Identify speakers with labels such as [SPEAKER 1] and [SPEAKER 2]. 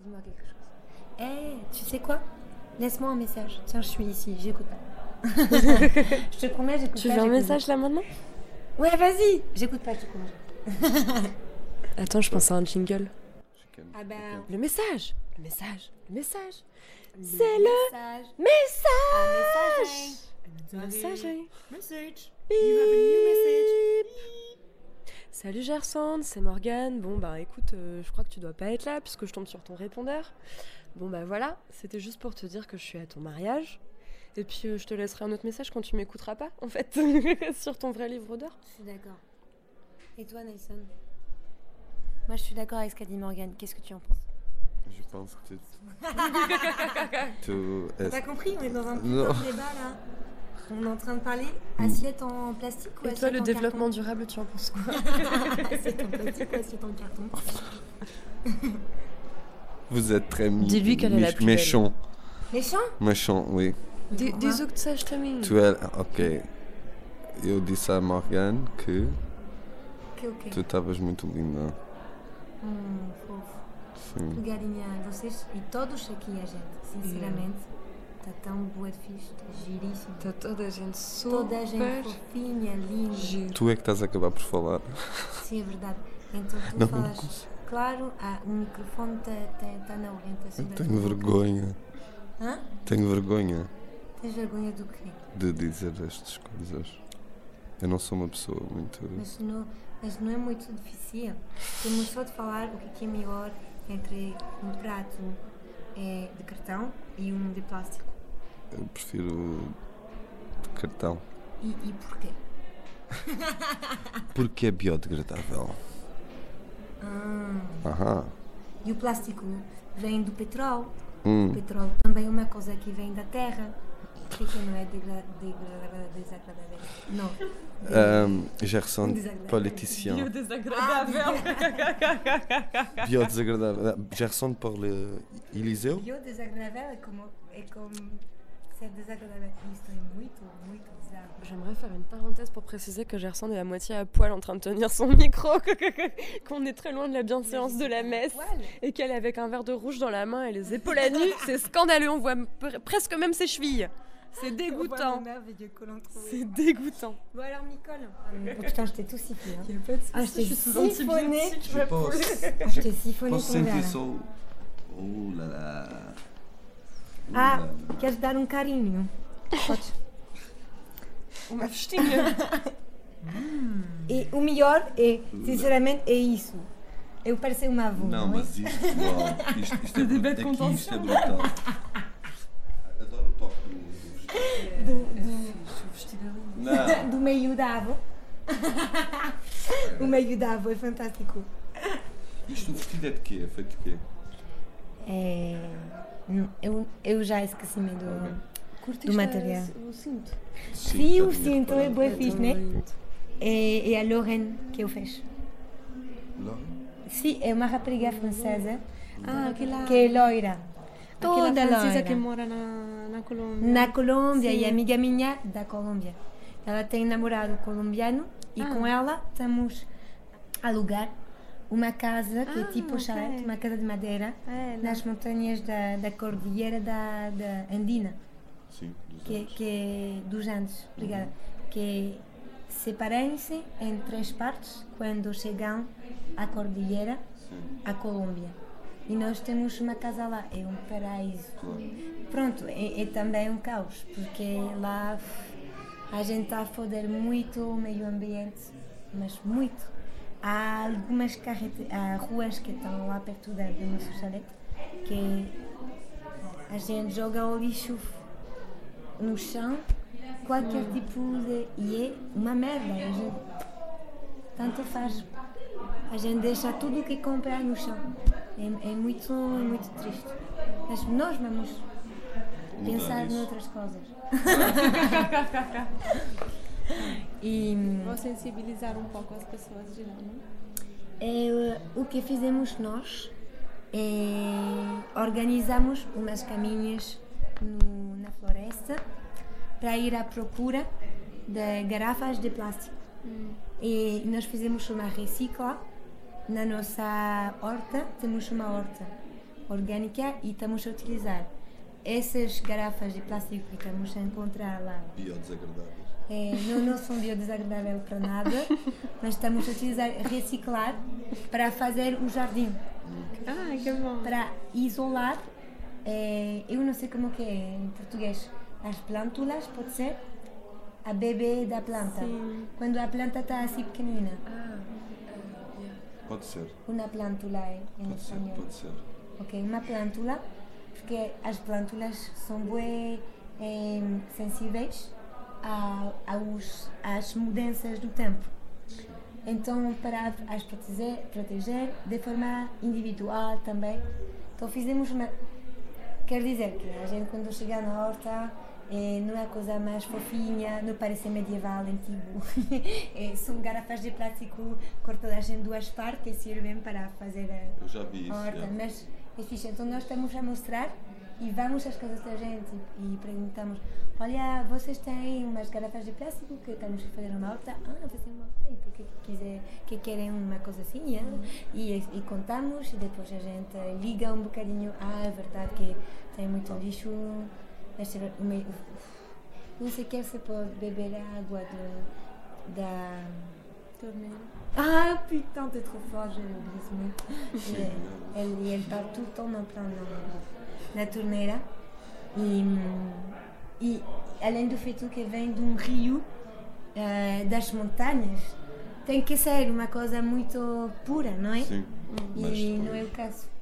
[SPEAKER 1] Dis-moi quelque chose. Eh, tu sais quoi Laisse-moi un message. Tiens, je suis ici, j'écoute pas. je te promets, j'écoute
[SPEAKER 2] Tu
[SPEAKER 1] pas.
[SPEAKER 2] veux un
[SPEAKER 1] j'écoute
[SPEAKER 2] message là maintenant
[SPEAKER 1] pas. Ouais, vas-y J'écoute pas, je te promets.
[SPEAKER 2] Attends, je pense à un jingle.
[SPEAKER 3] C'est quand même-
[SPEAKER 1] Ah bah.
[SPEAKER 2] Le message Le message Le message
[SPEAKER 1] C'est le message. Message Un
[SPEAKER 2] Message hein.
[SPEAKER 1] Message
[SPEAKER 2] Salut Gerson, c'est Morgane. Bon bah écoute, euh, je crois que tu dois pas être là puisque je tombe sur ton répondeur. Bon bah voilà, c'était juste pour te dire que je suis à ton mariage. Et puis euh, je te laisserai un autre message quand tu m'écouteras pas en fait sur ton vrai livre d'heures.
[SPEAKER 1] Je suis d'accord. Et toi, Nelson Moi, je suis d'accord avec ce qu'a dit Morgane. Qu'est-ce que tu en penses
[SPEAKER 3] Je pense que euh, tout
[SPEAKER 1] T'as
[SPEAKER 3] est...
[SPEAKER 1] compris On est dans un petit
[SPEAKER 3] Non.
[SPEAKER 1] débat là. On est en train de parler assiette en plastique ou
[SPEAKER 2] Et
[SPEAKER 1] assiette
[SPEAKER 2] toi le
[SPEAKER 1] en
[SPEAKER 2] développement durable, tu en penses quoi
[SPEAKER 1] carton Assiette en plastique ou assiette en carton
[SPEAKER 3] Vous êtes très mi-
[SPEAKER 2] Dis-lui qu'elle est la
[SPEAKER 3] mi-
[SPEAKER 2] plus belle.
[SPEAKER 3] méchant.
[SPEAKER 1] Méchant
[SPEAKER 3] Méchant, oui.
[SPEAKER 1] Mais pourquoi
[SPEAKER 2] Des que ça je t'aime.
[SPEAKER 3] Tu es... Ok. Eu disse à Morgan que
[SPEAKER 1] Ok, ok.
[SPEAKER 3] tu estavas muito linda.
[SPEAKER 1] Hum, fofo.
[SPEAKER 3] Sim.
[SPEAKER 1] Tu, Galinha, vocês e todos aqui, a gente, sinceramente, tá tão boa de fixe, tá giríssimo.
[SPEAKER 2] T'as toda a gente
[SPEAKER 1] Toda a gente
[SPEAKER 2] super
[SPEAKER 1] fofinha, linda.
[SPEAKER 2] giro.
[SPEAKER 3] Tu é que estás a acabar por falar.
[SPEAKER 1] Sim, é verdade. Então tu
[SPEAKER 3] Não, não
[SPEAKER 1] falas.
[SPEAKER 3] consigo.
[SPEAKER 1] Claro, ah, o microfone está tá, tá na orientação
[SPEAKER 3] Eu
[SPEAKER 1] da
[SPEAKER 3] tenho
[SPEAKER 1] tua boca.
[SPEAKER 3] vergonha.
[SPEAKER 1] Hã?
[SPEAKER 3] Tenho vergonha
[SPEAKER 1] Tens vergonha do quê?
[SPEAKER 3] de dizer estas coisas. Eu não sou uma pessoa muito.
[SPEAKER 1] Mas não, mas não é muito difícil. Temos só de falar o que é que é melhor entre um prato eh, de cartão e um de plástico.
[SPEAKER 3] Eu prefiro de cartão.
[SPEAKER 1] E, e porquê?
[SPEAKER 3] Porque é biodegradável.
[SPEAKER 1] Ah.
[SPEAKER 3] Aham.
[SPEAKER 1] E o plástico vem do petróleo. O
[SPEAKER 3] Hum.
[SPEAKER 1] petróleo também é uma coisa que vem da terra. Por que que não é degra- degra- desagradável? Não. Euh,
[SPEAKER 3] Ahm, Euh, Gerson,
[SPEAKER 1] Desagradável.
[SPEAKER 3] politicien.
[SPEAKER 4] Ah,
[SPEAKER 3] Biodesagradável. Ah, Gerson pour le Eliseu?
[SPEAKER 1] E o desagradável é como, é como ser desagradável. Isto é muito, muito desagradável.
[SPEAKER 2] J'aimerais faire une parenthèse pour préciser que Gerson est à moitié à poil en train de tenir son micro, qu'on est très loin de la bienséance de la messe et qu'elle est avec un verre de rouge dans la main et les épaules à nu. C'est scandaleux, on voit pre- presque même ses chevilles. C'est dégoûtant.
[SPEAKER 1] merveilleux que l'on
[SPEAKER 2] C'est dégoûtant.
[SPEAKER 1] Bon alors, Nicole. putain, je t'ai tout sifflé. Hein.
[SPEAKER 2] Il a pas de
[SPEAKER 1] Ah, je t'ai siphonné. Ah, Je t'ai siphonné ton verre. là.
[SPEAKER 3] Oh là Oh là.
[SPEAKER 1] Ah, queres dar um carinho? Podes. E o melhor é, sinceramente, é isso. Eu pareço uma avó, não, é?
[SPEAKER 3] isto, uau, isto, isto é brutal.
[SPEAKER 2] bêtes contention.
[SPEAKER 3] isto é brutal. Adoro o toque do.
[SPEAKER 1] Do, do,
[SPEAKER 3] Não.
[SPEAKER 1] do meio da avó. o meio da avó é fantástico.
[SPEAKER 3] Isto o vestido é de quê? É feito de quê?
[SPEAKER 1] É... hum, Eu, eu já esqueci-me do...
[SPEAKER 4] euh,
[SPEAKER 1] Do material. Sim, o cinto é bué fixe, né? É, é a Lorraine que eu fiz. Sim, é uma rapariga francesa
[SPEAKER 4] Ah, aquela,
[SPEAKER 1] que é loira.
[SPEAKER 4] aquela
[SPEAKER 1] Toda
[SPEAKER 4] francesa
[SPEAKER 1] loira.
[SPEAKER 4] que mora na, na Colômbia.
[SPEAKER 1] Na Colômbia
[SPEAKER 4] Hum, Sim.
[SPEAKER 1] e amiga minha da Colômbia. Ela tem namorado colombiano e com
[SPEAKER 4] Ah.
[SPEAKER 1] ela estamos a alugar uma casa que é tipo chalet, uma casa de madeira,
[SPEAKER 4] Ah, É, na-
[SPEAKER 1] nas montanhas da, da Cordilheira da, da Andina.
[SPEAKER 3] Sim, dos
[SPEAKER 1] que,
[SPEAKER 3] anos.
[SPEAKER 1] que é dos Andes, obrigada,
[SPEAKER 4] Uhum.
[SPEAKER 1] que separem-se em três partes quando chegam à Cordilheira,
[SPEAKER 3] Sim,
[SPEAKER 1] à Colômbia. E nós temos uma casa lá, é um paraíso.
[SPEAKER 3] claro.
[SPEAKER 1] Pronto, é, é também um caos, porque lá f- a gente está a foder muito o meio ambiente, mas muito. Há algumas carrete... Há ruas que estão lá perto da, do nosso chalé que a gente joga o lixo f- no chão, qualquer tipo de. e é uma merda. A gente... Tanto faz. A gente deixa tudo o que compra no chão. É, é muito, é muito triste. Mas nós vamos pensar
[SPEAKER 3] isso.
[SPEAKER 1] noutras coisas. e
[SPEAKER 4] Vou sensibilizar um pouco as pessoas de lá, né?
[SPEAKER 1] eh, o que fizemos nós é organizamos umas caminhas no- na floresta para ir à procura de garrafas de plástico. E nós fizemos uma recicla na nossa horta, temos uma horta orgânica e estamos a utilizar essas garrafas de plástico que estamos a encontrar lá.
[SPEAKER 3] Biodesagradáveis.
[SPEAKER 1] É, não, não são biodesagradáveis para nada, mas estamos a utilizar, reciclar para fazer o jardim,
[SPEAKER 4] Ah, que bom.
[SPEAKER 1] para isolar, é, eu não sei como que é em português, as plântulas, pode ser? A bebê da planta.
[SPEAKER 4] Sim.
[SPEAKER 1] Quando a planta está assim pequenina,
[SPEAKER 3] Pode ser,
[SPEAKER 1] uma plântula é em
[SPEAKER 3] pode ser,
[SPEAKER 1] espanhol.
[SPEAKER 3] pode ser.
[SPEAKER 1] Ok, uma plântula, porque as plântulas são bem em, sensíveis a, aos, às mudanças do tempo. Então, para as proteger, proteger de forma individual também. Então, fizemos uma. Quer dizer que a gente, quando chega na horta, eh, não é a coisa mais fofinha, não parece medieval, antigo. Eh, São garrafas de plástico cortadas em duas partes que servem para fazer eh, a,
[SPEAKER 3] Eu já vi isso.
[SPEAKER 1] horta,
[SPEAKER 3] já.
[SPEAKER 1] mas é fixe. Então nós estamos a mostrar e vamos às casas da gente e perguntamos: Olha, vocês têm umas garrafas de plástico que estamos a fazer uma horta? Ah, não fazemos uma horta, e porque quiser, que querem uma coisa assim? é?" E, e contamos, e depois a gente liga um bocadinho: Ah, é verdade que tem muito lixo. Este, o meio, não sequer se pode beber a água do, da.
[SPEAKER 4] Torneira.
[SPEAKER 1] Ah putain, t'es trop fort, j'ai oublié ce mot. Et Elle, et elle parle tout le temps maintenant la torneira. E, hum, e além do feito que vem de um rio eh, das montanhas, tem que ser uma coisa muito pura, não é?
[SPEAKER 3] Sim,
[SPEAKER 1] E
[SPEAKER 3] mas
[SPEAKER 1] não é
[SPEAKER 3] depois
[SPEAKER 1] o caso.